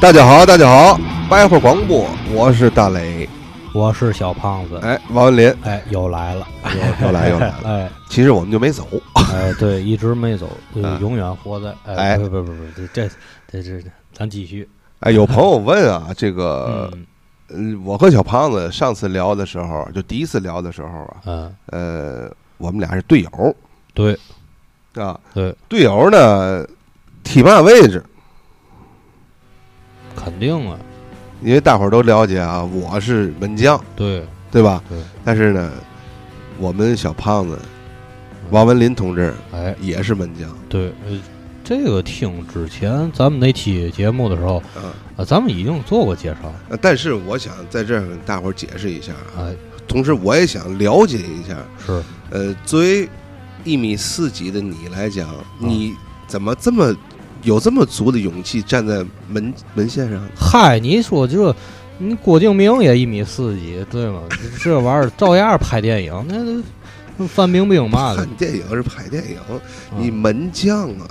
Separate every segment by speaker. Speaker 1: 大家好，大家好，白话广播，我是大雷。
Speaker 2: 我是小胖子，
Speaker 1: 哎，王文林
Speaker 2: 哎，又来了，
Speaker 1: 又又来又来了。
Speaker 2: 哎
Speaker 1: 其实我们就没走，
Speaker 2: 哎，对，一直没走，就
Speaker 1: 啊
Speaker 2: 永远活在
Speaker 1: 哎
Speaker 2: 哎，不不不不，这这这这，咱继续，
Speaker 1: 哎，有朋友问啊，这个
Speaker 2: 嗯
Speaker 1: 呃我和小胖子上次聊的时候，就第一次聊的时候啊，
Speaker 2: 嗯，
Speaker 1: 呃，我们俩是队友
Speaker 2: 对
Speaker 1: 啊，
Speaker 2: 对，
Speaker 1: 队友呢踢嘛位置？
Speaker 2: 肯定啊，
Speaker 1: 因为大伙儿都了解啊，我是门将，
Speaker 2: 对
Speaker 1: 对吧？
Speaker 2: 对，
Speaker 1: 但是呢，我们小胖子王文林同志
Speaker 2: 哎
Speaker 1: 也是门将，
Speaker 2: 对，呃这个听之前咱们那期节目的时候，
Speaker 1: 嗯、
Speaker 2: 啊，咱们已经做过介绍了，
Speaker 1: 呃但是我想在这儿跟大伙儿解释一下啊，
Speaker 2: 哎，
Speaker 1: 同时我也想了解一下，
Speaker 2: 是
Speaker 1: 呃，作为一米四几的你来讲，你
Speaker 2: 啊
Speaker 1: 怎么这么有这么足的勇气站在门门线上？
Speaker 2: 嗨，你说这，你郭敬明也一米四几，对吗？这玩意儿照样拍电影，那那范冰 冰嘛的
Speaker 1: 看，电影是拍电影，
Speaker 2: 啊嗯
Speaker 1: 你门将啊，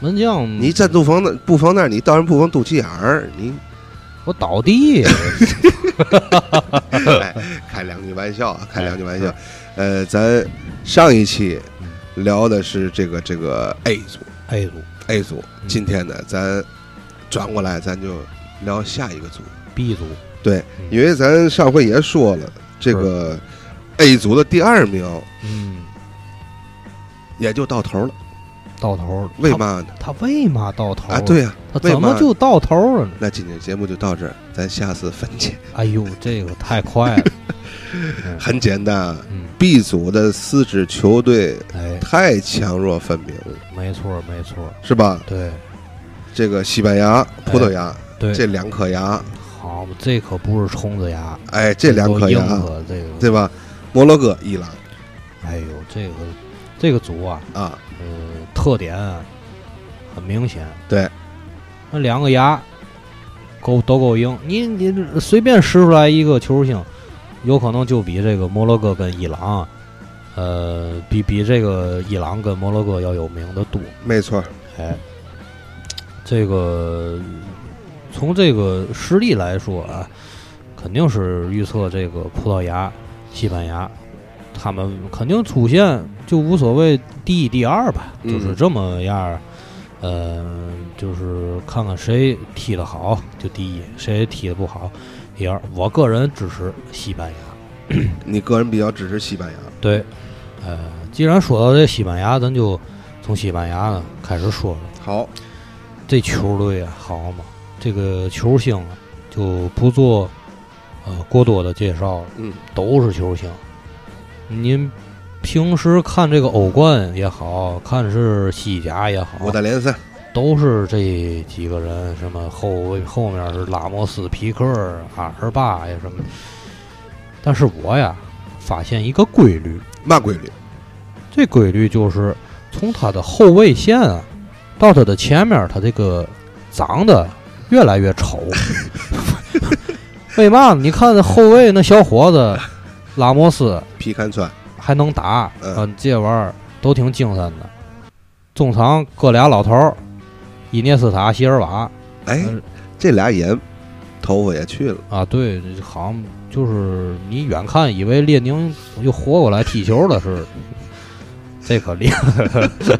Speaker 2: 门将，
Speaker 1: 你站肚房那不防那儿，你倒人不防肚脐眼儿， 你
Speaker 2: 我倒地，
Speaker 1: 哎，开两句玩笑
Speaker 2: 哎
Speaker 1: 啊，开两句玩笑。呃，咱上一期聊的是这个这个 A 组
Speaker 2: 哎组
Speaker 1: ，A 组，
Speaker 2: 嗯
Speaker 1: 今天呢，咱转过来，咱就聊下一个组，
Speaker 2: B 组，
Speaker 1: 因为咱上回也说了，这个 A 组的第二名
Speaker 2: 嗯，
Speaker 1: 也就到头了，
Speaker 2: 到头了。
Speaker 1: 为嘛呢？
Speaker 2: 他？他哦为嘛到头
Speaker 1: 啊，，对呀、
Speaker 2: 他
Speaker 1: 为
Speaker 2: 怎
Speaker 1: 嘛
Speaker 2: 么就到头了呢？
Speaker 1: 那今天节目就到这儿，咱下次分解，
Speaker 2: 哎呦，这个太快了。嗯
Speaker 1: 很简单啊。
Speaker 2: 嗯，
Speaker 1: B 组的四支球队
Speaker 2: 哎，
Speaker 1: 太强弱分明了，
Speaker 2: 没错，没错，
Speaker 1: 是吧？
Speaker 2: 对
Speaker 1: 这个西班牙、葡萄牙，
Speaker 2: 哎对，
Speaker 1: 这两颗牙，
Speaker 2: 好，这可不是虫子牙，
Speaker 1: 哎，这两
Speaker 2: 都
Speaker 1: 颗
Speaker 2: 硬
Speaker 1: 牙，
Speaker 2: 核这个，
Speaker 1: 对吧？摩洛哥、伊朗
Speaker 2: 哎呦，这个这个组啊，
Speaker 1: 啊，
Speaker 2: 呃，特点啊很明显。
Speaker 1: 对，
Speaker 2: 那两个牙够都够硬，你你随便拾出来一个球星，有可能就比这个摩洛哥跟伊朗啊，呃，比比这个伊朗跟摩洛哥要有名的多。
Speaker 1: 没错儿，
Speaker 2: 哎，这个从这个实力来说啊，肯定是预测这个葡萄牙、西班牙，他们肯定出现就无所谓第一、第二吧，
Speaker 1: 嗯
Speaker 2: 就是这么样儿。呃，就是看看谁踢得好就第一，谁踢得不好第二。我个人支持西班牙。
Speaker 1: 你个人比较支持西班牙，
Speaker 2: 对，呃，既然说到这西班牙，咱就从西班牙呢开始说说。
Speaker 1: 好，
Speaker 2: 这球队啊，好嘛，这个球星啊，就不做呃过多的介绍了，
Speaker 1: 嗯，
Speaker 2: 都是球星。您平时看这个欧冠也好看是西甲也好
Speaker 1: 五，大联赛，
Speaker 2: 都是这几个人，什么后卫后面是拉莫斯、皮克尔、阿尔巴呀什么的。但是我呀，发现一个规律，
Speaker 1: 嘛规律？
Speaker 2: 这规律就是从他的后卫线啊，到他的前面，他这个长得越来越丑。为嘛呢？你看那后卫那小伙子拉莫斯
Speaker 1: 皮坎川，
Speaker 2: 还能打，
Speaker 1: 嗯
Speaker 2: 嗯，这玩意儿都挺精神的。中场搁俩老头儿，伊涅斯塔、席尔瓦
Speaker 1: 哎
Speaker 2: 嗯，
Speaker 1: 这俩人头发也去了，
Speaker 2: 啊，对，好像就是你远看以为列宁又活过来踢球了似的，这可厉害。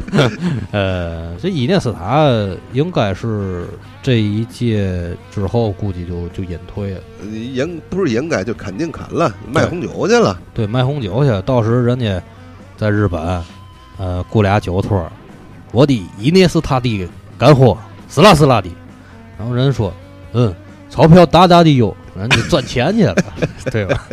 Speaker 2: 呃，这伊涅斯塔应该是这一届之后估计就就隐退了。
Speaker 1: 呃应不是应该就肯定砍了，卖
Speaker 2: 对
Speaker 1: 红酒去了，
Speaker 2: 对，卖红酒去，到时人家在日本，呃，雇俩酒托儿，我的伊涅斯塔的干货，死啦死啦的。然后人说，嗯，钞票大大的有，人家赚钱 去了，对吧？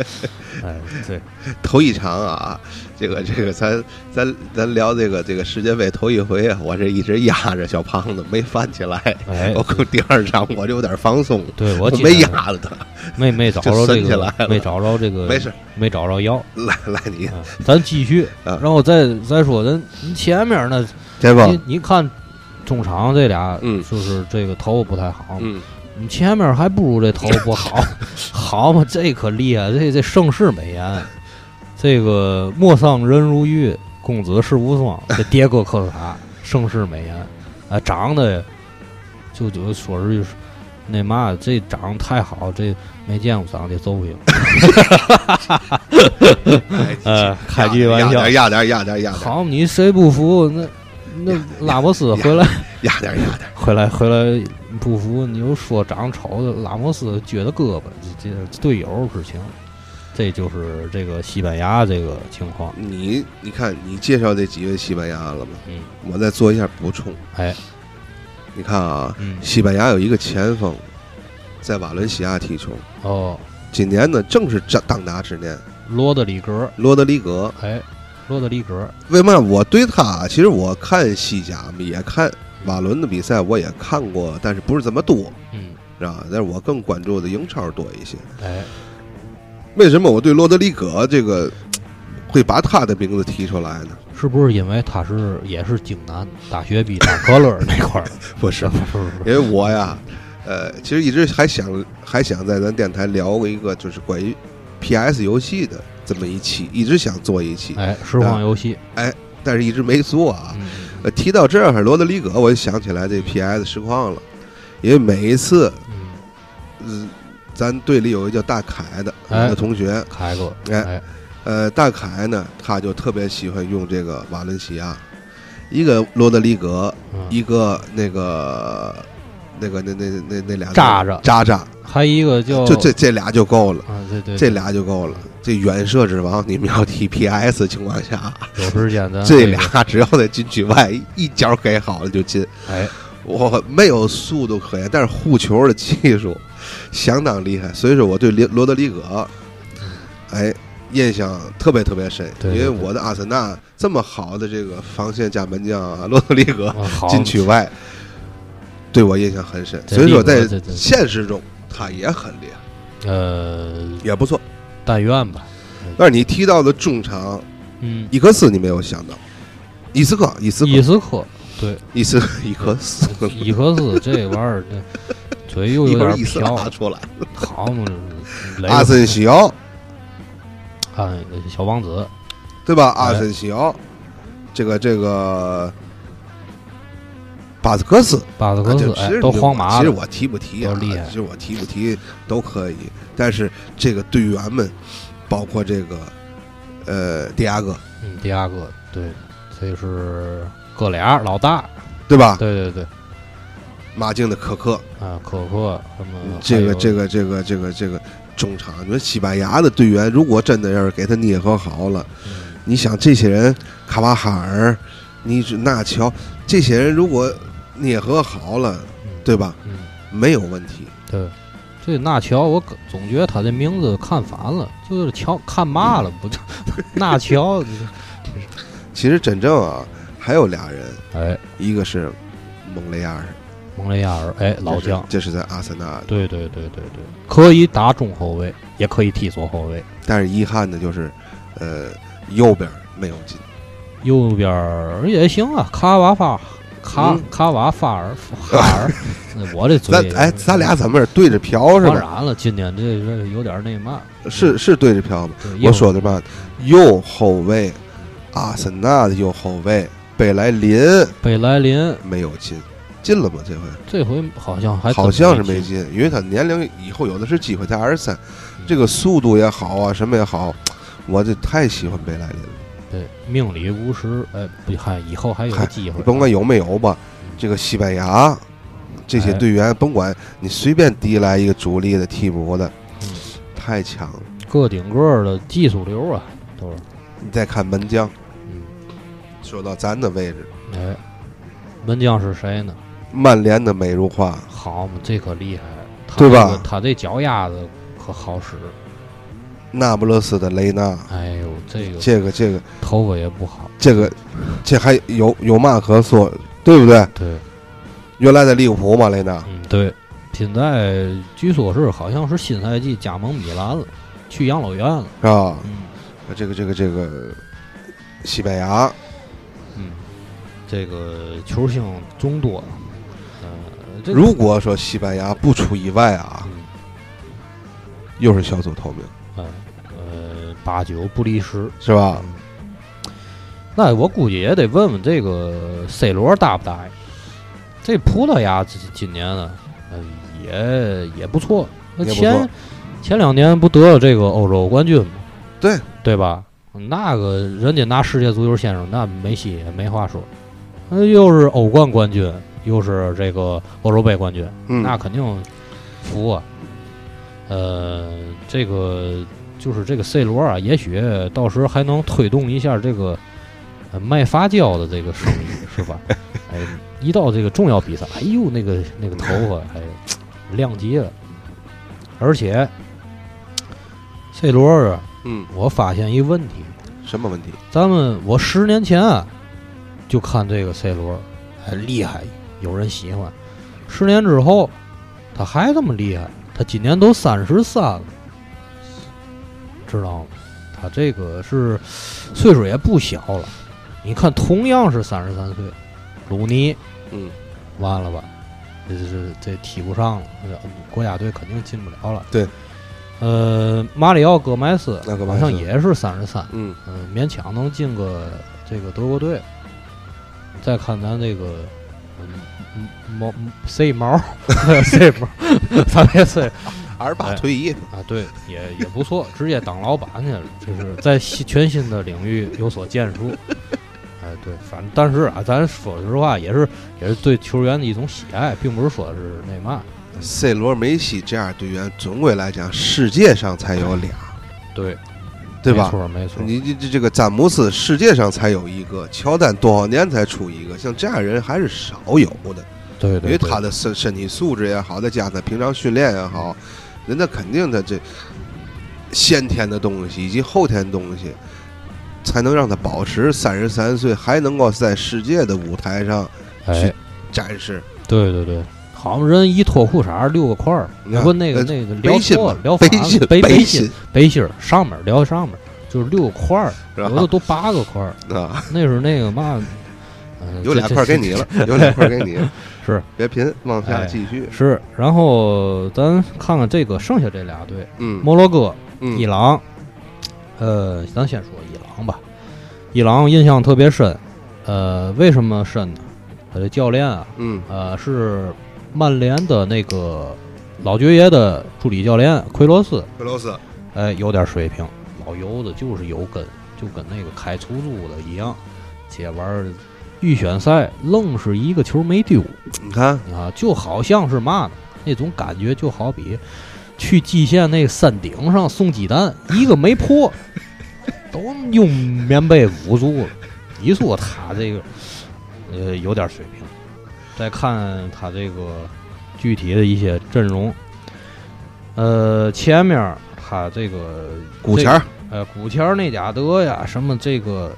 Speaker 2: 哎，对，
Speaker 1: 头一场啊，这个这个咱咱咱聊这个这个世界杯头一回啊，我这一直压着小胖子没翻起 来，
Speaker 2: 哎
Speaker 1: 我，估第二场我就有点放松，
Speaker 2: 对
Speaker 1: 我
Speaker 2: 我记
Speaker 1: 没
Speaker 2: 得
Speaker 1: 压着他，
Speaker 2: 没没找着
Speaker 1: 就
Speaker 2: 这
Speaker 1: 伸起来
Speaker 2: 个
Speaker 1: 了，
Speaker 2: 没找着这个，
Speaker 1: 没事，嗯
Speaker 2: 没找 着药。
Speaker 1: 来来你
Speaker 2: 啊咱继续，
Speaker 1: 啊
Speaker 2: 然后再再说咱咱前面呢，
Speaker 1: 天
Speaker 2: 你你看中场这俩，
Speaker 1: 嗯
Speaker 2: 就是这个头发不太好，
Speaker 1: 嗯，
Speaker 2: 你前面还不如这头不好，好嘛，这可厉害，这这盛世美颜，这个陌上人如玉，公子世无双，这迭戈科斯塔盛世美颜，啊、长得就就说是那嘛，这长得太好，这没见过长得揍不赢。 呃，开句玩笑，
Speaker 1: 压点儿压点儿压点儿压点儿
Speaker 2: 好，你谁不服？那那拉莫斯回来，
Speaker 1: 压点儿压点儿，
Speaker 2: 回来，回来不服，你又说长得丑的，拉莫斯撅着胳膊，这这队友之情，这就是这个西班牙这个情况。
Speaker 1: 你你看你介绍这几位西班牙了吗？
Speaker 2: 嗯，
Speaker 1: 我再做一下补充。
Speaker 2: 哎，
Speaker 1: 你看啊，
Speaker 2: 嗯，
Speaker 1: 西班牙有一个前锋在瓦伦西亚踢球，
Speaker 2: 哦，
Speaker 1: 今年呢正是这当打之年，
Speaker 2: 罗德里格，
Speaker 1: 罗德里格。
Speaker 2: 哎，罗德里格，
Speaker 1: 为嘛我对他？其实我看西甲也看瓦伦的比赛，我也看过，但是不是这么多，
Speaker 2: 嗯，
Speaker 1: 是吧？但是我更关注的英超多一些。
Speaker 2: 哎，
Speaker 1: 为什么我对罗德里格这个会把他的名字提出来呢？
Speaker 2: 是不是因为他是也是京南大学毕业，可乐那块儿？
Speaker 1: 不
Speaker 2: 是不是不
Speaker 1: 因为我呀，呃，其实一直还想还想在咱电台聊过一个就是关于 PS 游戏的这么一期，一直想做一期
Speaker 2: 是，，哎，实况游戏，
Speaker 1: 但是一直没做啊。
Speaker 2: 嗯，
Speaker 1: 呃，提到这儿，罗德里格，我就想起来这 PS 实况了，因为每一次，
Speaker 2: 嗯，
Speaker 1: 呃，咱队里有一个叫大凯的
Speaker 2: 哎
Speaker 1: 一个同学，
Speaker 2: 开过，
Speaker 1: 哎
Speaker 2: 哎，
Speaker 1: 呃，大凯呢，他就特别喜欢用这个瓦伦西亚，一个罗德里格，
Speaker 2: 嗯，
Speaker 1: 一个那个那个那那那那俩
Speaker 2: 扎着
Speaker 1: 渣渣，
Speaker 2: 还一个叫
Speaker 1: 就这这俩就够了，
Speaker 2: 啊，对对，
Speaker 1: 这俩就够了。这远射之王，你们要踢 PS 情况下，
Speaker 2: 有时间咱
Speaker 1: 这
Speaker 2: 个，
Speaker 1: 俩只要在禁区外一脚给好了就进。
Speaker 2: 哎，
Speaker 1: 我没有速度可言，但是护球的技术相当厉害，所以说我对罗罗德里格，哎，印象特别特别深。
Speaker 2: 对对
Speaker 1: 因为我的阿森纳这么好的这个防线加门将啊，罗德里格
Speaker 2: 啊好，
Speaker 1: 禁区外，对我印象很深。
Speaker 2: 对
Speaker 1: 所以说
Speaker 2: 利
Speaker 1: 在
Speaker 2: 物浦对对
Speaker 1: 现实中他也很厉害，
Speaker 2: 呃，
Speaker 1: 也不错。
Speaker 2: 但愿吧，
Speaker 1: 但是你提到的中场
Speaker 2: 嗯，
Speaker 1: 伊克斯，你没有想到，伊斯克，伊斯
Speaker 2: 伊
Speaker 1: 克，
Speaker 2: 斯科，对，
Speaker 1: 伊斯伊克斯，
Speaker 2: 伊克斯这玩意儿，这 嘴又
Speaker 1: 一
Speaker 2: 有
Speaker 1: 会
Speaker 2: 点
Speaker 1: 儿伊斯
Speaker 2: 瓢，
Speaker 1: 拉出来，
Speaker 2: 好嘛，雷
Speaker 1: 阿森西奥。
Speaker 2: 啊，小王子，
Speaker 1: 对吧？
Speaker 2: 哎
Speaker 1: 阿森西奥，这个这个巴斯克斯，
Speaker 2: 巴斯
Speaker 1: 啊
Speaker 2: 科
Speaker 1: 这
Speaker 2: 斯，
Speaker 1: 其实
Speaker 2: 哎，都
Speaker 1: 我
Speaker 2: 皇马
Speaker 1: 其实
Speaker 2: 了，
Speaker 1: 我提不提啊？
Speaker 2: 都厉害
Speaker 1: 其实我提不提都可以，但是这个队员们，包括这个呃迪亚哥，
Speaker 2: 嗯，迪亚哥，对，这是哥俩老大，
Speaker 1: 对吧？
Speaker 2: 对对对，
Speaker 1: 马竞的可克，
Speaker 2: 啊，可可什么，
Speaker 1: 嗯这
Speaker 2: 嗯还
Speaker 1: 个
Speaker 2: 有
Speaker 1: 这个这个这个这个中场，你说西班牙的队员如果真的要是给他捏合好了，
Speaker 2: 嗯
Speaker 1: 你想这些人，卡瓦哈尔，你只纳乔，这些人如果捏合好了，
Speaker 2: 嗯
Speaker 1: 对吧？
Speaker 2: 嗯。
Speaker 1: 没有问题。
Speaker 2: 对，这纳乔，我可总觉得他这名字看反了，就是乔看嘛了，不就 纳乔？
Speaker 1: 其实真正啊，还有俩人，
Speaker 2: 哎，
Speaker 1: 一个是蒙雷亚尔
Speaker 2: 蒙雷亚尔，哎，老将，
Speaker 1: 这是这是在阿森纳的。
Speaker 2: 对对对对对，可以打中后卫，也可以踢左后卫，
Speaker 1: 但是遗憾的就是，呃，右边没有进。
Speaker 2: 右边儿也行啊，卡瓦法卡、
Speaker 1: 嗯
Speaker 2: 卡瓦法尔 哈尔，那我这嘴
Speaker 1: 咱哎，咱俩怎么着对着嫖是
Speaker 2: 当
Speaker 1: 吧？
Speaker 2: 然了，今年这这有点那嘛，
Speaker 1: 是是对着嫖吧？
Speaker 2: 对
Speaker 1: 我说的嘛，右后卫，阿森纳的右后卫贝莱林
Speaker 2: 贝莱林
Speaker 1: 没有进，进了吗？这回
Speaker 2: 这回好像还
Speaker 1: 好像是
Speaker 2: 真
Speaker 1: 没
Speaker 2: 进，
Speaker 1: 进，因为他年龄以后有的是机会，才二十三
Speaker 2: 嗯，
Speaker 1: 这个速度也好啊，什么也好，我这太喜欢贝莱林了。
Speaker 2: 对，命里无时，哎，不还以后还有
Speaker 1: 嗨
Speaker 2: 机会
Speaker 1: 你
Speaker 2: 啊，
Speaker 1: 甭管有没有吧，这个西班牙这
Speaker 2: 哎
Speaker 1: 些队员，甭管你随便提来一个主力的、替补的，
Speaker 2: 嗯
Speaker 1: 太强了。
Speaker 2: 个顶个儿的技术流啊，都是，
Speaker 1: 你再看门将，
Speaker 2: 嗯，
Speaker 1: 说到咱的位置，
Speaker 2: 哎，门将是谁呢？
Speaker 1: 曼联的美如画，
Speaker 2: 好嘛，这可厉害，他
Speaker 1: 对
Speaker 2: 这
Speaker 1: 吧
Speaker 2: 个他这脚丫子可好使，
Speaker 1: 那不勒斯的雷纳，
Speaker 2: 哎呦，这个
Speaker 1: 这个这个
Speaker 2: 头发也不好，
Speaker 1: 这个，这还有有嘛可说，对不对？
Speaker 2: 对，
Speaker 1: 原来在利物浦嘛，雷纳，
Speaker 2: 嗯对，现在据说是好像是新赛季加盟米兰了，去养老院了，
Speaker 1: 是吧？
Speaker 2: 嗯
Speaker 1: 啊这个这个这个西班牙，
Speaker 2: 嗯，这个球星众多了，呃，这个
Speaker 1: 如果说西班牙不出意外啊，
Speaker 2: 嗯
Speaker 1: 又是小组头名，
Speaker 2: 呃呃八九不离十，
Speaker 1: 是吧？
Speaker 2: 嗯那我估计也得问问这个 C 罗答不答应。这葡萄牙这今年呢，呃，也也不错。那
Speaker 1: 也不
Speaker 2: 前
Speaker 1: 错
Speaker 2: 前两年不得了这个欧洲冠军吗？
Speaker 1: 对
Speaker 2: 对吧？那个人家拿世界足球先生，那梅西也没话说，那又是欧冠冠军，又是这个欧洲杯冠军，
Speaker 1: 嗯，
Speaker 2: 那肯定服啊。呃，这个就是这个 C 罗啊，也许到时候还能推动一下这个、呃卖发胶的这个生意，是吧？ 哎，一到这个重要比赛，哎呦，那个那个头发，哎，亮极了。而且 C 罗啊，
Speaker 1: 嗯，
Speaker 2: 我发现一问题，
Speaker 1: 什么问题？
Speaker 2: 咱们我十年前啊，就看这个 C 罗，哎，厉害，有人喜欢。十年之后，他还这么厉害，他今年都三十三了，知道吗？他这个是岁数也不小了。你看，同样是三十三岁，鲁尼，
Speaker 1: 嗯，
Speaker 2: 完了吧，这这这这踢不上了，这国家队肯定进不了了。
Speaker 1: 对，
Speaker 2: 呃，马里奥·戈麦斯
Speaker 1: 那戈麦
Speaker 2: 好
Speaker 1: 斯
Speaker 2: 像也是三十三，
Speaker 1: 嗯
Speaker 2: 嗯，勉强能进个这个德国队。再看咱这个，嗯嗯毛嗯 C 毛 C 毛，咱别 C
Speaker 1: 二
Speaker 2: 八
Speaker 1: 退役，
Speaker 2: 啊，对，也也不错，直接当老板去了，就是在新全新的领域有所建树。哎，对，反正但是啊，咱说实话，也是也是对球员的一种喜爱，并不是说是那嘛。
Speaker 1: C 罗、梅西这样队员，总归来讲，世界上才有俩，
Speaker 2: 对，
Speaker 1: 对
Speaker 2: 没
Speaker 1: 吧？
Speaker 2: 错，没错。
Speaker 1: 你这这这个詹姆斯，世界上才有一个；乔丹多少年才出一个，像这样人还是少有的。
Speaker 2: 对
Speaker 1: 因
Speaker 2: 对
Speaker 1: 为
Speaker 2: 对
Speaker 1: 他，的身身体素质也好，再加上他平常训练也好，人家肯定他这先天的东西以及后天的东西，才能让他保持三十三岁还能够在世界的舞台上
Speaker 2: 哎
Speaker 1: 去，展示。
Speaker 2: 对对对，好像人一脱裤衩儿六个块儿，
Speaker 1: 你看
Speaker 2: 不那个
Speaker 1: 呃
Speaker 2: 那个聊
Speaker 1: 背心
Speaker 2: 错
Speaker 1: 嘛
Speaker 2: 了，聊反
Speaker 1: 背
Speaker 2: 了
Speaker 1: 心，
Speaker 2: 背
Speaker 1: 背
Speaker 2: 心背心儿上面儿聊上面儿就是六个块儿，
Speaker 1: 是
Speaker 2: 有的
Speaker 1: 吧？
Speaker 2: 都八个块儿，
Speaker 1: 啊，
Speaker 2: 那是那个嘛，呃
Speaker 1: 有
Speaker 2: 这
Speaker 1: 俩
Speaker 2: 这
Speaker 1: 块儿给你了，有俩 块儿给你，
Speaker 2: 是
Speaker 1: 别贫，往下
Speaker 2: 哎
Speaker 1: 继续。
Speaker 2: 是，然后咱看看这个剩下这俩队，
Speaker 1: 嗯
Speaker 2: 摩洛哥、
Speaker 1: 嗯
Speaker 2: 伊朗，呃，咱先说伊朗吧。伊朗印象特别深，呃，为什么深呢？他的教练啊，
Speaker 1: 嗯
Speaker 2: 呃，是曼联的那个老爵爷的助理教练奎罗斯，
Speaker 1: 克罗斯，
Speaker 2: 哎，有点水平，老油子就是有根，就跟那个开出租的一样，这玩意儿预选赛愣是一个球没丢。
Speaker 1: 你看，
Speaker 2: 啊，就好像是嘛呢，那种感觉就好比去蓟县那山顶上送鸡蛋，一个没破，都用棉被捂住了。你说他这个，呃，有点水平。再看他这个具体的一些阵容，呃，前面儿他这个
Speaker 1: 古
Speaker 2: 这
Speaker 1: 钱儿，
Speaker 2: 呃，古钱儿内贾德呀，什么这个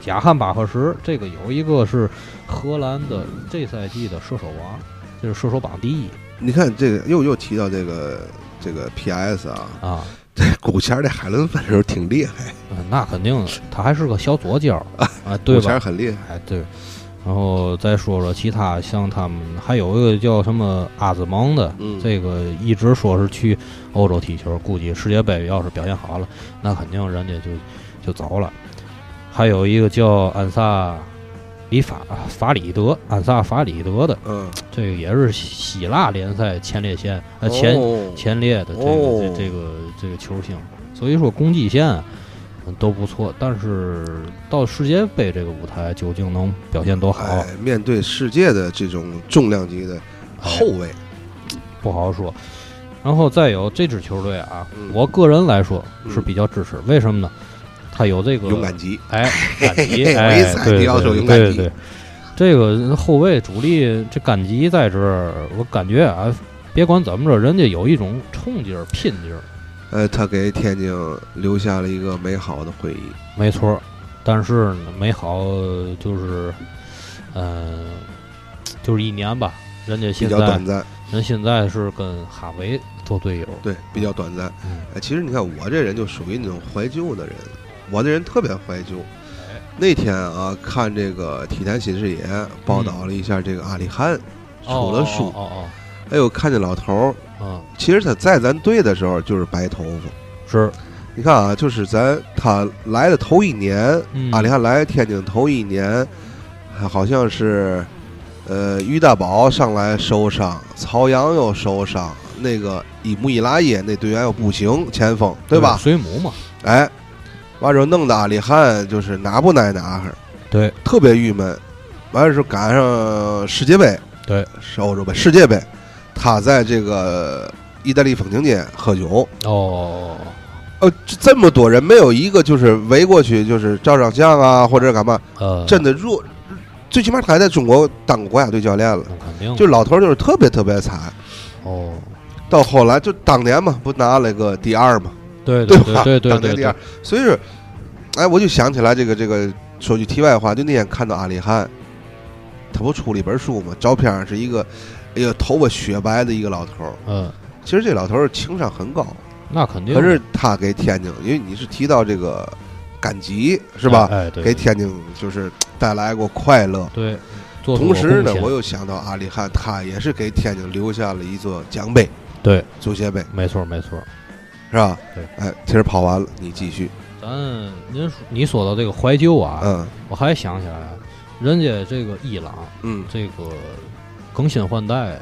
Speaker 2: 贾汉巴赫什，这个有一个是荷兰的这赛季的射手王，就是射手榜第一
Speaker 1: 你看这个又又提到这个这个 PS 啊，
Speaker 2: 啊。
Speaker 1: 这古钱儿这海伦反正挺厉害，
Speaker 2: 呃那肯定的，他还是个小左脚儿啊，对
Speaker 1: 古钱
Speaker 2: 吧
Speaker 1: 儿？很厉害。
Speaker 2: 哎，对。然后再说说其他，像他们还有一个叫什么阿兹蒙的，
Speaker 1: 嗯，
Speaker 2: 这个一直说是去欧洲踢球，估计世界杯要是表现好了，那肯定人家就就走了。还有一个叫安萨里法法里德，安萨法里德的，
Speaker 1: 嗯，
Speaker 2: 这个也是希腊联赛前列腺呃前、
Speaker 1: 哦
Speaker 2: 前列的这个、
Speaker 1: 哦
Speaker 2: 这这个这个球星，所以说攻击线嗯都不错，但是到世界杯这个舞台究竟能表现多好，
Speaker 1: 哎，面对世界的这种重量级的后卫，
Speaker 2: 不好说。然后再有这支球队啊，
Speaker 1: 嗯
Speaker 2: 我个人来说
Speaker 1: 嗯
Speaker 2: 是比较支持，为什么呢？他有这个
Speaker 1: 勇敢，极，
Speaker 2: 哎，感
Speaker 1: 嘿
Speaker 2: 激，
Speaker 1: 嘿我
Speaker 2: 哎
Speaker 1: 一，猜
Speaker 2: 对
Speaker 1: 你要
Speaker 2: 对
Speaker 1: 说
Speaker 2: 对
Speaker 1: 勇敢
Speaker 2: 对
Speaker 1: 极
Speaker 2: 对，这个后卫主力这感激在这儿，我感觉啊，别管怎么着，人家有一种冲劲儿、拼劲儿，
Speaker 1: 呃，他给天津留下了一个美好的回忆。
Speaker 2: 没错儿。但是呢，美好就是，嗯、就是一年吧，人家
Speaker 1: 比
Speaker 2: 现
Speaker 1: 较
Speaker 2: 在
Speaker 1: 短暂，
Speaker 2: 人现在是跟哈维做队友，
Speaker 1: 对，比较短暂。
Speaker 2: 嗯
Speaker 1: 哎，其实你看我这人就属于那种怀旧的人，我这人特别怀旧。
Speaker 2: 哎
Speaker 1: 那天啊，看这个《体坛新视野》报道了一下这个阿里汉出了书，
Speaker 2: 嗯哦哦
Speaker 1: 哎呦，看见老头儿，
Speaker 2: 哦哦，
Speaker 1: 其实他在咱队的时候就是白头发。
Speaker 2: 嗯，是，
Speaker 1: 你看啊，就是咱他来的头一年，
Speaker 2: 嗯，
Speaker 1: 阿里汉来天津头一年，还好像是呃，于大宝上来受伤，曹阳又受伤，那个伊姆伊拉耶那队员又不行，前锋对吧？
Speaker 2: 水母嘛，
Speaker 1: 哎，完之后弄得阿里汉就是拿不耐拿哈，
Speaker 2: 对，
Speaker 1: 特别郁闷。完了是赶上世界杯，
Speaker 2: 对，
Speaker 1: 是欧洲杯，世界杯，他在这个意大利风情街喝酒，
Speaker 2: 哦，
Speaker 1: 呃，这这么多人，没有一个就是围过去就是照照相啊，或者干嘛，
Speaker 2: 呃，
Speaker 1: 真的弱，最起码他还在中国当过国家队教练了。
Speaker 2: 那肯定，
Speaker 1: 就老头儿就是特别特别惨，
Speaker 2: 哦，
Speaker 1: 到后来就当年嘛，不拿了个第二嘛，
Speaker 2: 对
Speaker 1: 吧？
Speaker 2: 对对
Speaker 1: 当
Speaker 2: 对
Speaker 1: 年第
Speaker 2: 对
Speaker 1: 二，，所以是，哎，我就想起来这个这个，说句题外话，就那天看到阿里汉，他不出了一本书嘛，照片儿是一个，哎呀，头发雪白的一个老头儿。
Speaker 2: 嗯，
Speaker 1: 其实这老头儿情商很高，
Speaker 2: 那肯定，
Speaker 1: 可是他给天津，因为你是提到这个赶集是吧？
Speaker 2: 哎，哎对，
Speaker 1: 给天津就是带来过快乐。
Speaker 2: 对，做出
Speaker 1: 同时呢
Speaker 2: 贡，献
Speaker 1: 我又想到阿里汉，他也是给天津留下了一座奖杯，
Speaker 2: 对，
Speaker 1: 足协杯
Speaker 2: 没错没错，
Speaker 1: 是吧？
Speaker 2: 对，
Speaker 1: 哎，其实跑完了，你继续，
Speaker 2: 咱您说你说到这个怀旧啊，
Speaker 1: 嗯
Speaker 2: 我还想起来，啊人家这个伊朗
Speaker 1: 嗯，
Speaker 2: 这个更新换代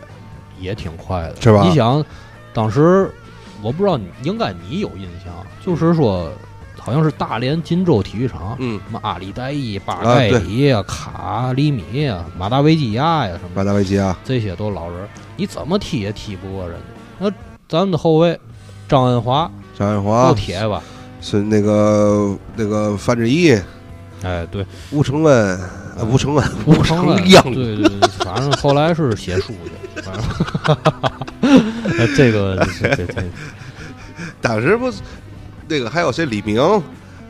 Speaker 2: 也挺快的，
Speaker 1: 是吧
Speaker 2: 你想，当时我不知道你应该你有印象，就是说好像是大连金州体育场。
Speaker 1: 嗯，
Speaker 2: 什么阿里代伊、巴
Speaker 1: 啊
Speaker 2: 盖
Speaker 1: 对
Speaker 2: 里呀、卡里米呀、马达维基亚呀、什么的
Speaker 1: 马达维奇啊，
Speaker 2: 这些都老人，你怎么踢也踢不过人家。那咱们的后卫张恩华
Speaker 1: 张爱华
Speaker 2: 够铁吧？
Speaker 1: 是那个那个范志毅、
Speaker 2: 哎，对，
Speaker 1: 吴承恩、呃吴承恩、
Speaker 2: 嗯吴承恩，
Speaker 1: 阳，
Speaker 2: 对对对，反正后来是写书去，反正 哎这个这这这
Speaker 1: 当时不是那个还有谁李明，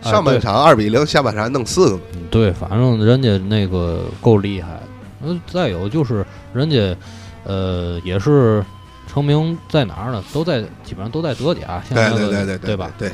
Speaker 2: 哎
Speaker 1: 上半场二比零，下半场还弄四个嘛，
Speaker 2: 嗯对，反正人家那个够厉害。嗯，再有就是人家呃也是成名在哪儿呢？都在基本上都在德甲，现在
Speaker 1: 对
Speaker 2: 的
Speaker 1: 对对对
Speaker 2: 对吧？？
Speaker 1: 对，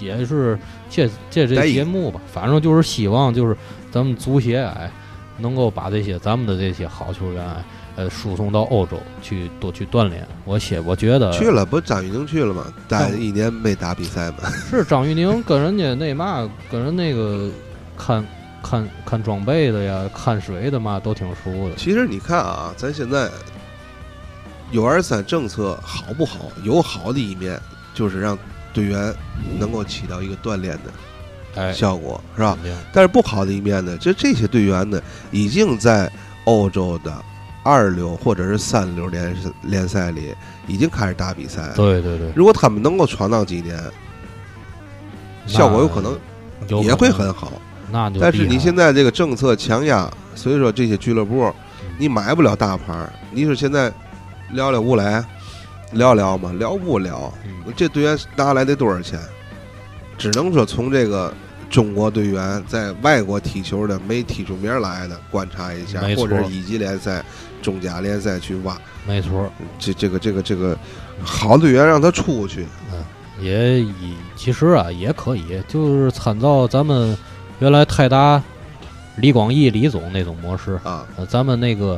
Speaker 2: 也是借借这
Speaker 1: 得以
Speaker 2: 节目吧，反正就是希望就是咱们足协哎，能够把这些咱们的这些好球员哎，呃，输送到欧洲去多去锻炼。我写我觉得
Speaker 1: 去了不是张雨宁去了吗？待
Speaker 2: 嗯
Speaker 1: 一年没打比赛嘛，
Speaker 2: 是张玉宁跟人家那嘛，跟人那个看看看装备的呀，看水的嘛，都挺熟的。
Speaker 1: 其实你看啊，咱现在有二三政策好不好？有好的一面，就是让队员能够起到一个锻炼
Speaker 2: 哎
Speaker 1: 的，效果，是吧？
Speaker 2: 肯定
Speaker 1: 但是不好的一面呢，就这些队员呢，已经在欧洲的二流或者是三流联赛联赛里已经开始打比赛了。
Speaker 2: 对对对，
Speaker 1: 如果他们能够闯荡几年，效果有可能
Speaker 2: 有
Speaker 1: 也
Speaker 2: 可
Speaker 1: 会
Speaker 2: 能
Speaker 1: 很好。
Speaker 2: 那就
Speaker 1: 但是
Speaker 2: 厉
Speaker 1: 你
Speaker 2: 害
Speaker 1: 现
Speaker 2: 了
Speaker 1: 在这个政策强压，所以说这些俱乐部
Speaker 2: 嗯
Speaker 1: 你买不了大牌儿。你说现在聊聊乌来，聊聊嘛，聊不聊？
Speaker 2: 嗯
Speaker 1: 这队员拿来得多少钱？只能说从这个中国队员在外国踢球的没踢出名儿来的观察一下
Speaker 2: 没，错
Speaker 1: 或者是乙级联赛、中甲联赛去挖
Speaker 2: 没错儿，
Speaker 1: 这这个这个这个好队员让他出去。
Speaker 2: 也以其实啊也可以，就是参照咱们原来泰达李广义李总那种模式，
Speaker 1: 啊，
Speaker 2: 呃，咱们那个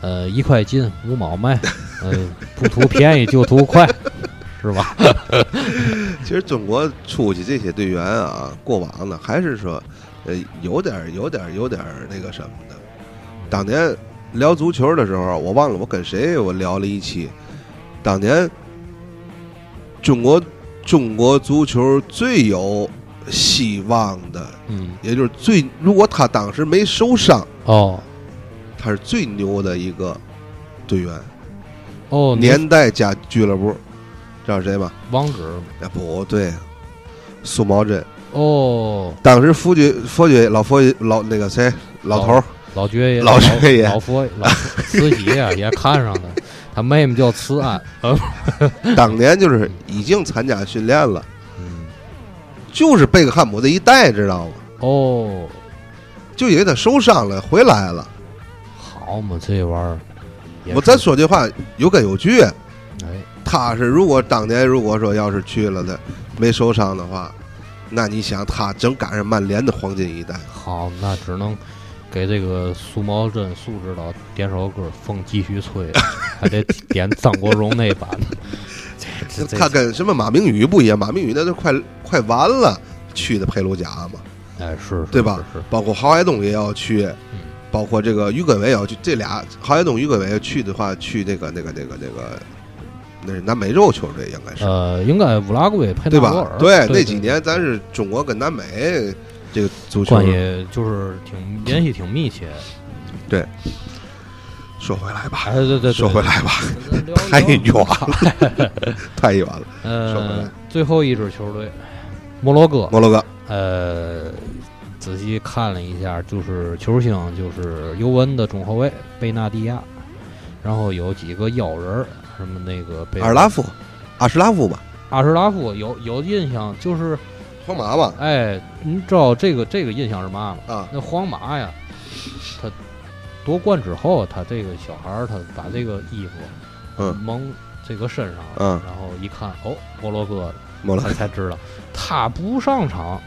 Speaker 2: 呃一块进五毛 卖，呃不图便宜就图快， 是吧？
Speaker 1: 其实中国出去这些队员啊，过往呢还是说，呃，有点儿有点儿有点儿那个什么的。当年聊足球的时候，我忘了我跟谁我聊了一期，当年中国中国足球最有希望的，
Speaker 2: 嗯
Speaker 1: 也就是最如果他当时没受伤，
Speaker 2: 哦
Speaker 1: 他是最牛的一个队员，
Speaker 2: 哦，你
Speaker 1: 年代加俱乐部，知道谁吗？
Speaker 2: 网址
Speaker 1: 啊，不对，苏茂贞。
Speaker 2: 哦
Speaker 1: 当时佛爵佛爵老佛爵老那个谁老头儿
Speaker 2: 老爵爷
Speaker 1: 老爵爷
Speaker 2: 老佛老慈禧 啊也看上他，他妹妹叫慈安，
Speaker 1: 嗯
Speaker 2: 呃
Speaker 1: 当年就是已经参加训练了，
Speaker 2: 嗯
Speaker 1: 就是贝克汉姆这一带，知道吗？
Speaker 2: 哦
Speaker 1: 就因为他受伤了回来了。
Speaker 2: 好嘛这玩意儿也是，
Speaker 1: 我咱说这话有根有据。
Speaker 2: 哎
Speaker 1: 他是如果当年如果说要是去了的，没受伤的话，那你想他正赶上曼联的黄金一代，
Speaker 2: 好，那只能给这个苏茂贞苏指导点首歌《风继续吹》，还得点张国荣那 版的。这这
Speaker 1: 他
Speaker 2: 这，
Speaker 1: 跟什么马明宇不一样，马明宇那都快快完了，去的佩鲁贾嘛，
Speaker 2: 哎，是，是
Speaker 1: 对吧
Speaker 2: 是是，
Speaker 1: 包括郝海东也要去，
Speaker 2: 嗯，
Speaker 1: 包括这个于根伟啊，就这俩郝海东、于根伟去的话，去那个那个那个那个，那是南美洲球队应该是，
Speaker 2: 呃，应该乌拉圭、佩
Speaker 1: 对
Speaker 2: 纳多
Speaker 1: 吧
Speaker 2: 尔，？
Speaker 1: 对
Speaker 2: 对，，
Speaker 1: 那几
Speaker 2: 对
Speaker 1: 年咱是中国跟南美这个足球
Speaker 2: 关系就是挺联系挺密切。
Speaker 1: 说回来吧，
Speaker 2: 哎，对对对，
Speaker 1: 说回来吧，
Speaker 2: 聊，
Speaker 1: 太
Speaker 2: 聊
Speaker 1: 远了，太远了。说回
Speaker 2: 呃
Speaker 1: 来，
Speaker 2: 最后一支球队，摩洛哥。
Speaker 1: 摩洛哥，
Speaker 2: 呃，仔细看了一下，就是球星就是尤文的中后卫贝纳迪亚，然后有几个妖人儿，什么那个贝
Speaker 1: 阿尔拉夫，阿什拉夫吧，
Speaker 2: 阿什拉夫有有印象，就是
Speaker 1: 皇马吧，
Speaker 2: 哎，你知道这个这个印象是嘛吗？
Speaker 1: 啊，
Speaker 2: 那皇马呀，他夺冠之后，他这个小孩儿他把这个衣服
Speaker 1: 嗯
Speaker 2: 蒙这个身上，
Speaker 1: 嗯
Speaker 2: 然后一看哦，摩洛哥的，
Speaker 1: 摩洛
Speaker 2: 他才知道，他不上场，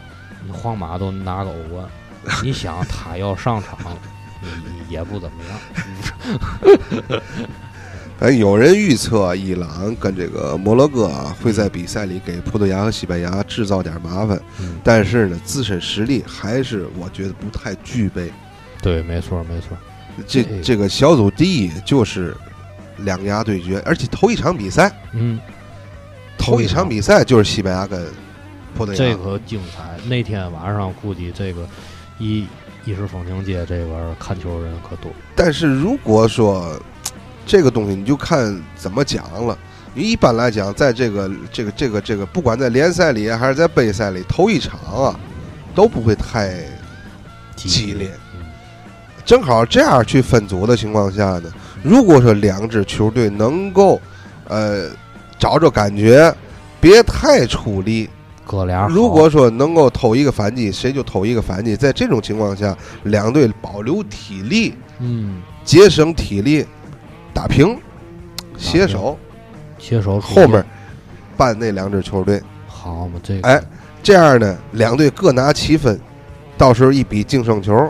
Speaker 2: 你皇马都拿个欧冠，你想他要上场，你也不怎么样。
Speaker 1: 哎，有人预测伊朗跟这个摩洛哥啊会在比赛里给葡萄牙和西班牙制造点麻烦，
Speaker 2: 嗯，
Speaker 1: 但是呢，自身实力还是我觉得不太具备。
Speaker 2: 对，没错，没错。
Speaker 1: 这
Speaker 2: 对
Speaker 1: 这个小组第一就是两牙对决，而且头一场比赛，
Speaker 2: 嗯，
Speaker 1: 头一场比赛就是西班牙跟葡萄牙。
Speaker 2: 这个精彩。那天晚上估计这个一一是风情街这边儿看球人可多。
Speaker 1: 但是如果说这个东西，你就看怎么讲了。你一般来讲，在这个这个这个这个，不管在联赛里啊还是在杯赛里，头一场啊都不会太激烈。
Speaker 2: 嗯
Speaker 1: 正好这样去分组的情况下呢，如果说两支球队能够，呃，找着感觉，别太出力。
Speaker 2: 哥俩好
Speaker 1: 如果说能够偷一个反击，谁就偷一个反击。在这种情况下，两队保留体力，
Speaker 2: 嗯
Speaker 1: 节省体力，打平，携手
Speaker 2: 携手出
Speaker 1: 啊后面
Speaker 2: 击
Speaker 1: 办那两支球队，
Speaker 2: 好嘛，这个
Speaker 1: 哎，这样呢，两队各拿七分，到时候一比净胜球，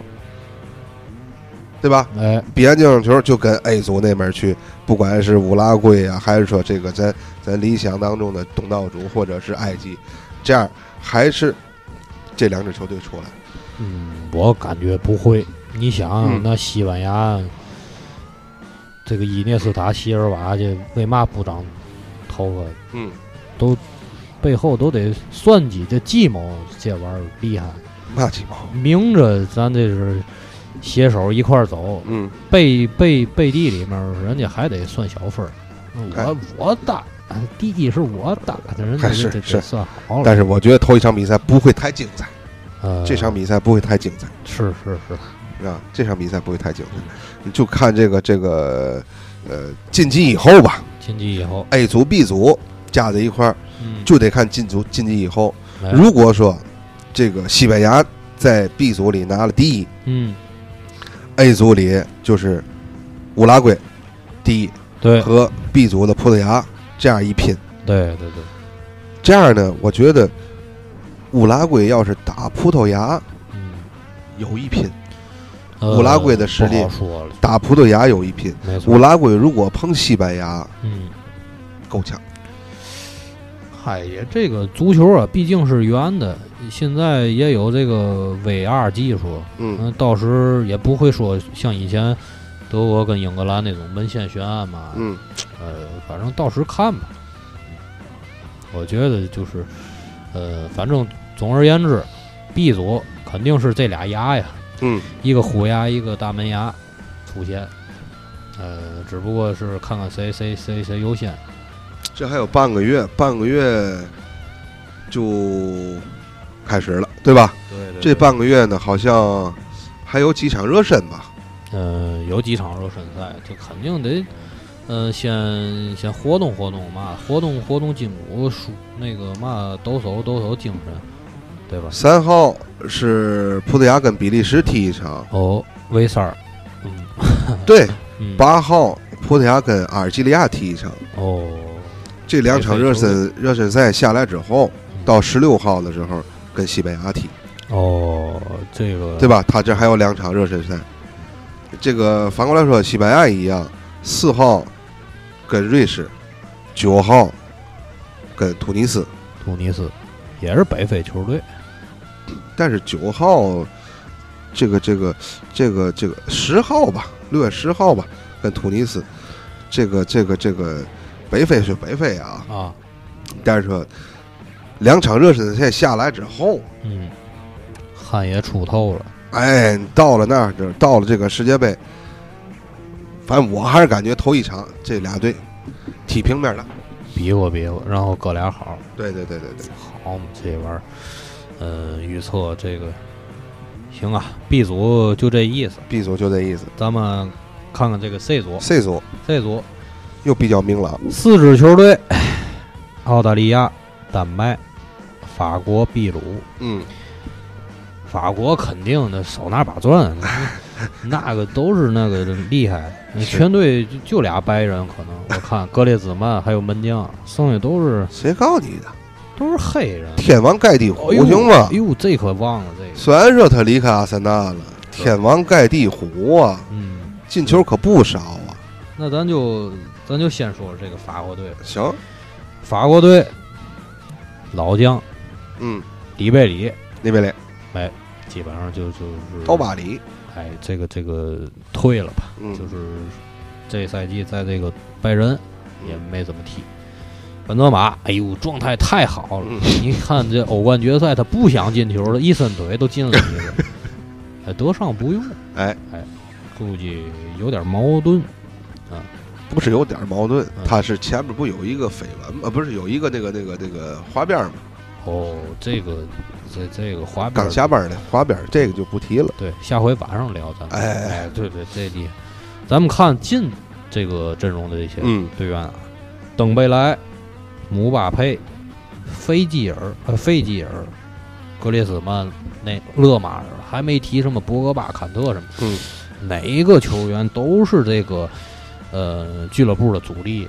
Speaker 1: 对吧？
Speaker 2: 哎
Speaker 1: 比完净胜球就跟 A 组那边去，不管是乌拉圭啊，还是说这个咱咱理想当中的东道主或者是埃及，这样还是这两支球队出来。
Speaker 2: 嗯，我感觉不会。你想想，
Speaker 1: 嗯
Speaker 2: 那西班牙这个伊涅斯塔、席尔瓦这为嘛不长头发？
Speaker 1: 嗯，
Speaker 2: 背后都得算计，这计谋这玩意儿厉害。
Speaker 1: 嘛鸡毛？
Speaker 2: 明着咱这是携手一块儿走，
Speaker 1: 嗯，
Speaker 2: 背背背地里面儿人家还得算小分儿。
Speaker 1: 哎
Speaker 2: 我我打第一是我打的，人家
Speaker 1: 哎是
Speaker 2: 这这
Speaker 1: 是
Speaker 2: 算好了。
Speaker 1: 但是我觉得头一场比赛不会太精彩，
Speaker 2: 呃，
Speaker 1: 这场比赛不会太精彩。
Speaker 2: 是是是，
Speaker 1: 啊，这场比赛不会太精彩，你就看这个这个呃晋级以后吧
Speaker 2: 晋级以后，
Speaker 1: ，A 组 B 组加在一块儿，
Speaker 2: 嗯，
Speaker 1: 就得看进组晋级以后。
Speaker 2: 哎
Speaker 1: 如果说这个西班牙在 B 组里拿了第一
Speaker 2: 嗯，
Speaker 1: ，A 组里就是乌拉圭第一
Speaker 2: 对
Speaker 1: 和 B 组的葡萄牙这样一拼，
Speaker 2: 对对对，
Speaker 1: 这样呢，我觉得乌拉圭要是打葡萄牙
Speaker 2: 嗯。
Speaker 1: 有一拼，
Speaker 2: 呃
Speaker 1: 乌拉圭的实力
Speaker 2: 不好说了，
Speaker 1: 打葡萄牙有一拼。
Speaker 2: 没错。
Speaker 1: 乌拉圭如果碰西班牙
Speaker 2: 嗯，
Speaker 1: 够呛，
Speaker 2: 嗨也这个足球啊，毕竟是圆的，现在也有这个 VR 技术，
Speaker 1: 嗯。
Speaker 2: 嗯，到时也不会说像以前德国跟英格兰那种文献悬案嘛，
Speaker 1: 嗯，
Speaker 2: 呃，反正到时看吧。我觉得就是，呃，反正总而言之，B 组肯定是这俩牙呀，
Speaker 1: 嗯，
Speaker 2: 一个虎牙，一个大门牙出现，呃，只不过是看看谁谁谁谁优先。
Speaker 1: 这还有半个月，半个月就开始了，对吧？
Speaker 2: 对对
Speaker 1: 这半个月呢，好像还有几场热身吧？
Speaker 2: 呃，有几场热身赛，这肯定得，呃，先先活动活动嘛，活动活动筋骨，舒那个嘛，抖擞抖擞精神，对吧？
Speaker 1: 三号是葡萄牙跟比利时踢一场，
Speaker 2: 哦，维三儿，嗯
Speaker 1: 对，
Speaker 2: 嗯，
Speaker 1: 八号葡萄牙跟阿尔及利亚踢一场。
Speaker 2: 哦，
Speaker 1: 这两场热身热身赛下来之后，到十六号的时候跟西班牙踢，
Speaker 2: 哦，这个
Speaker 1: 对吧？他这还有两场热身赛。这个反过来说，西班牙也一样，四号跟瑞士，九号跟突尼斯，
Speaker 2: 突尼斯也是北非球队，
Speaker 1: 但是九号这个这个这个这个十号吧，六月十号吧，跟突尼斯，这个这个这个北非是北非啊，
Speaker 2: 啊，
Speaker 1: 但是说两场热身赛下来之后，
Speaker 2: 嗯，汗也出透了，
Speaker 1: 哎，到了那儿，这到了这个世界杯，反正我还是感觉头一场这俩队踢平面了。
Speaker 2: 比划比划，然后哥俩好，
Speaker 1: 对对对对对，
Speaker 2: 好嘛，这玩意儿，呃，预测这个行啊，B 组就这意思，
Speaker 1: B 组就这意思。
Speaker 2: 咱们看看这个 C 组
Speaker 1: C 组
Speaker 2: ，C 组
Speaker 1: 又比较明朗，
Speaker 2: 四支球队： 澳大利亚、丹麦、法国、秘鲁。
Speaker 1: 嗯，
Speaker 2: 法国肯定的手拿把 攥，那个都是那个厉害。
Speaker 1: 是
Speaker 2: 全队就就俩白人，可能我看格列兹曼还有门将，剩下都是
Speaker 1: 谁告诉你的？
Speaker 2: 都是黑人。
Speaker 1: 天王盖地虎
Speaker 2: 哎呦
Speaker 1: 行吗
Speaker 2: 哎？呦，这可忘了这个。
Speaker 1: 虽然说他离开阿森纳了，天王盖地虎啊，
Speaker 2: 嗯，
Speaker 1: 进球可不少啊。
Speaker 2: 那咱就咱就先说这个法国队吧。
Speaker 1: 行，
Speaker 2: 法国队老将
Speaker 1: 嗯，
Speaker 2: 里贝里
Speaker 1: 那边嘞，
Speaker 2: 基本上就就是
Speaker 1: 奥巴里，
Speaker 2: 哎，这个这个退了吧，
Speaker 1: 嗯，
Speaker 2: 就是这赛季在这个拜仁也没怎么踢。本泽马，哎呦，状态太好了！
Speaker 1: 嗯
Speaker 2: 你看这欧冠决赛，他不想进球了，一伸腿 都进了一个，哎，得上不用，
Speaker 1: 哎
Speaker 2: 哎，估计有点矛盾。
Speaker 1: 不是有点矛盾
Speaker 2: 嗯，
Speaker 1: 他是前面不有一个绯闻吗？呃，不是有一个那个那个那个花边吗？
Speaker 2: 哦，这个这这个滑边
Speaker 1: 刚
Speaker 2: 儿
Speaker 1: 下班的花边，这个就不提了。
Speaker 2: 对，下回晚上聊咱们。
Speaker 1: 哎哎哎
Speaker 2: 哎，对对，这厉害。咱们看进这个阵容的这些
Speaker 1: 嗯
Speaker 2: 队员啊，登贝莱、姆巴佩、费基尔、呃费基尔、格列兹曼、那勒马尔，还没提什么博格巴、坎特什么。
Speaker 1: 嗯，
Speaker 2: 哪一个球员都是这个呃俱乐部的主力，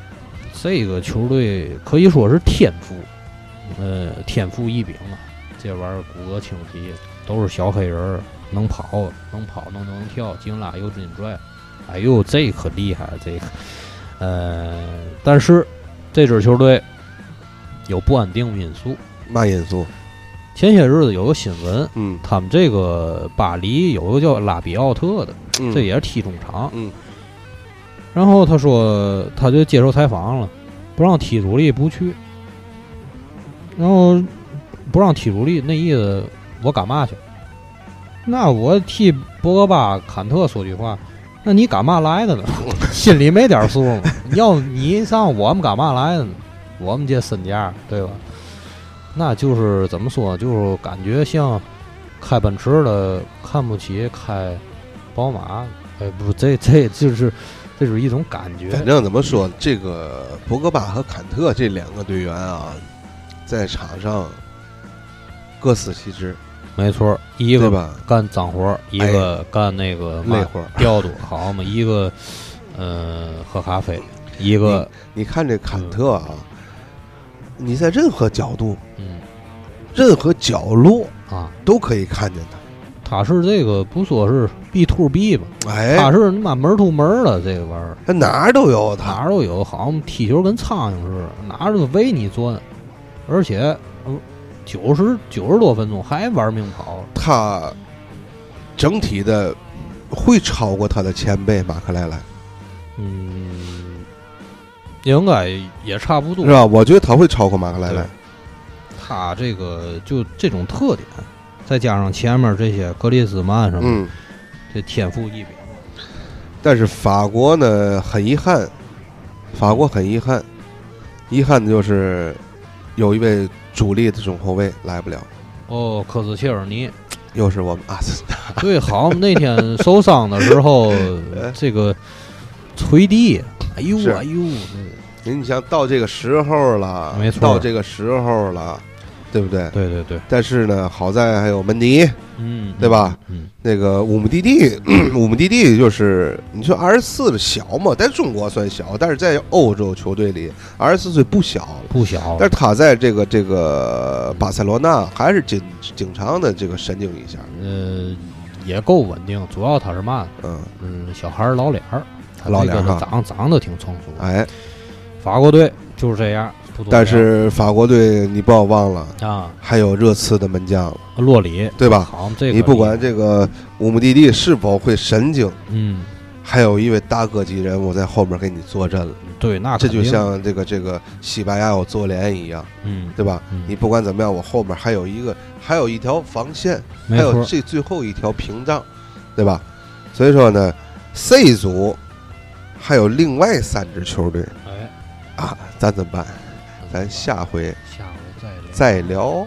Speaker 2: 这个球队可以说是天赋，呃天赋异禀啊。这玩意儿骨骼清奇，都是小黑人儿，能跑，能跑，能能跳，紧拉又紧拽，哎呦，这可厉害，这个，呃，但是这支球队有不安定因素。
Speaker 1: 嘛因素？
Speaker 2: 前些日子有个新闻，
Speaker 1: 嗯，
Speaker 2: 他们这个巴黎有个叫拉比奥特的，这也是踢中场，
Speaker 1: 嗯，
Speaker 2: 然后他说他就接受采访了，不让踢主力不去，然后不让踢主力，那意思我干嘛去？那我替博格巴、坎特说句话，那你干嘛来的呢？心里没点数吗？ 要你上我们干嘛来的呢？我们这身价，对吧？那就是怎么说，就是感觉像开奔驰的看不起开宝马，哎，不，这这就是 这是一种感觉。
Speaker 1: 反正怎么说，这个博格巴和坎特这两个队员啊，在场上各司其职，
Speaker 2: 没错儿，一
Speaker 1: 对
Speaker 2: 个
Speaker 1: 吧？哎
Speaker 2: 干脏活儿，一个干那个嘛
Speaker 1: 累活儿。
Speaker 2: 调度，好嘛，一个呃喝咖啡，一个
Speaker 1: 你看这坎特啊，你在任何角度、
Speaker 2: 嗯
Speaker 1: 任何角落
Speaker 2: 啊，
Speaker 1: 都可以看见
Speaker 2: 他是这个不说是 B to B 吧，
Speaker 1: 他。哎
Speaker 2: 他，是你妈门儿 to 门儿的这个玩意儿，
Speaker 1: 他哪儿都有
Speaker 2: 哪
Speaker 1: 他。
Speaker 2: 儿都有，好像踢球跟苍蝇似的，哪儿都围你钻，而且呃九十九十多分钟还玩命跑，
Speaker 1: 他整体的会超过他的前辈马克莱莱，
Speaker 2: 嗯，应该也差不多
Speaker 1: 是。吧？我觉得他会超过马克莱莱。
Speaker 2: 他这个就这种特点，再加上前面这些格列兹曼什么，
Speaker 1: 嗯，
Speaker 2: 这天赋异禀。
Speaker 1: 但是法国呢，很遗憾，法国很遗憾，遗憾的就是有一位主力的中后卫来不了，
Speaker 2: 哦，科斯切 尔尼，
Speaker 1: 又是我们啊阿森纳。
Speaker 2: 对，好，那天受伤的时 候，这个捶地，哎呦
Speaker 1: 哎是
Speaker 2: 哎呦，
Speaker 1: 您想到这个时候了，
Speaker 2: 没错
Speaker 1: 到这个时候了，对不对？
Speaker 2: 对对对，
Speaker 1: 但是呢，好在还有门迪，
Speaker 2: 嗯，
Speaker 1: 对吧？
Speaker 2: 嗯？
Speaker 1: 那个乌姆蒂 蒂，乌姆蒂蒂就是你说二十四小嘛，在中国算小，但是在欧洲球队里，二十四岁不小了
Speaker 2: 嗯，。不小
Speaker 1: 但，是他在这个这个巴塞罗那还是经经常的这个神经一下，
Speaker 2: 呃，也够稳定。主要他是嘛，
Speaker 1: 嗯，
Speaker 2: 嗯，小孩儿老脸儿，他
Speaker 1: 老
Speaker 2: 这
Speaker 1: 脸儿
Speaker 2: 个
Speaker 1: 哈
Speaker 2: 长长得挺成熟的。
Speaker 1: 哎，
Speaker 2: 法国队就是这样，不多
Speaker 1: 但是法国队你不要忘了，
Speaker 2: 啊，
Speaker 1: 还有热刺的门将了，
Speaker 2: 洛里
Speaker 1: 对吧？
Speaker 2: 好，这个
Speaker 1: 你不管
Speaker 2: 厉害，
Speaker 1: 这个乌姆蒂蒂是否会神经，
Speaker 2: 嗯，
Speaker 1: 还有一位大哥级人物在后面给你坐镇了，
Speaker 2: 对，那
Speaker 1: 这
Speaker 2: 肯
Speaker 1: 就
Speaker 2: 定
Speaker 1: 像这个这个西班牙有坐连一样，
Speaker 2: 嗯，
Speaker 1: 对吧？
Speaker 2: 嗯
Speaker 1: 你不管怎么样，我后面还有一个，还有一条防线，
Speaker 2: 没
Speaker 1: 还有
Speaker 2: 错，
Speaker 1: 这最后一条屏障，对吧？所以说呢，C 组还有另外三支球队
Speaker 2: 哎，
Speaker 1: 啊，咱怎么办？咱下回
Speaker 2: 下回再聊。
Speaker 1: 再聊。哦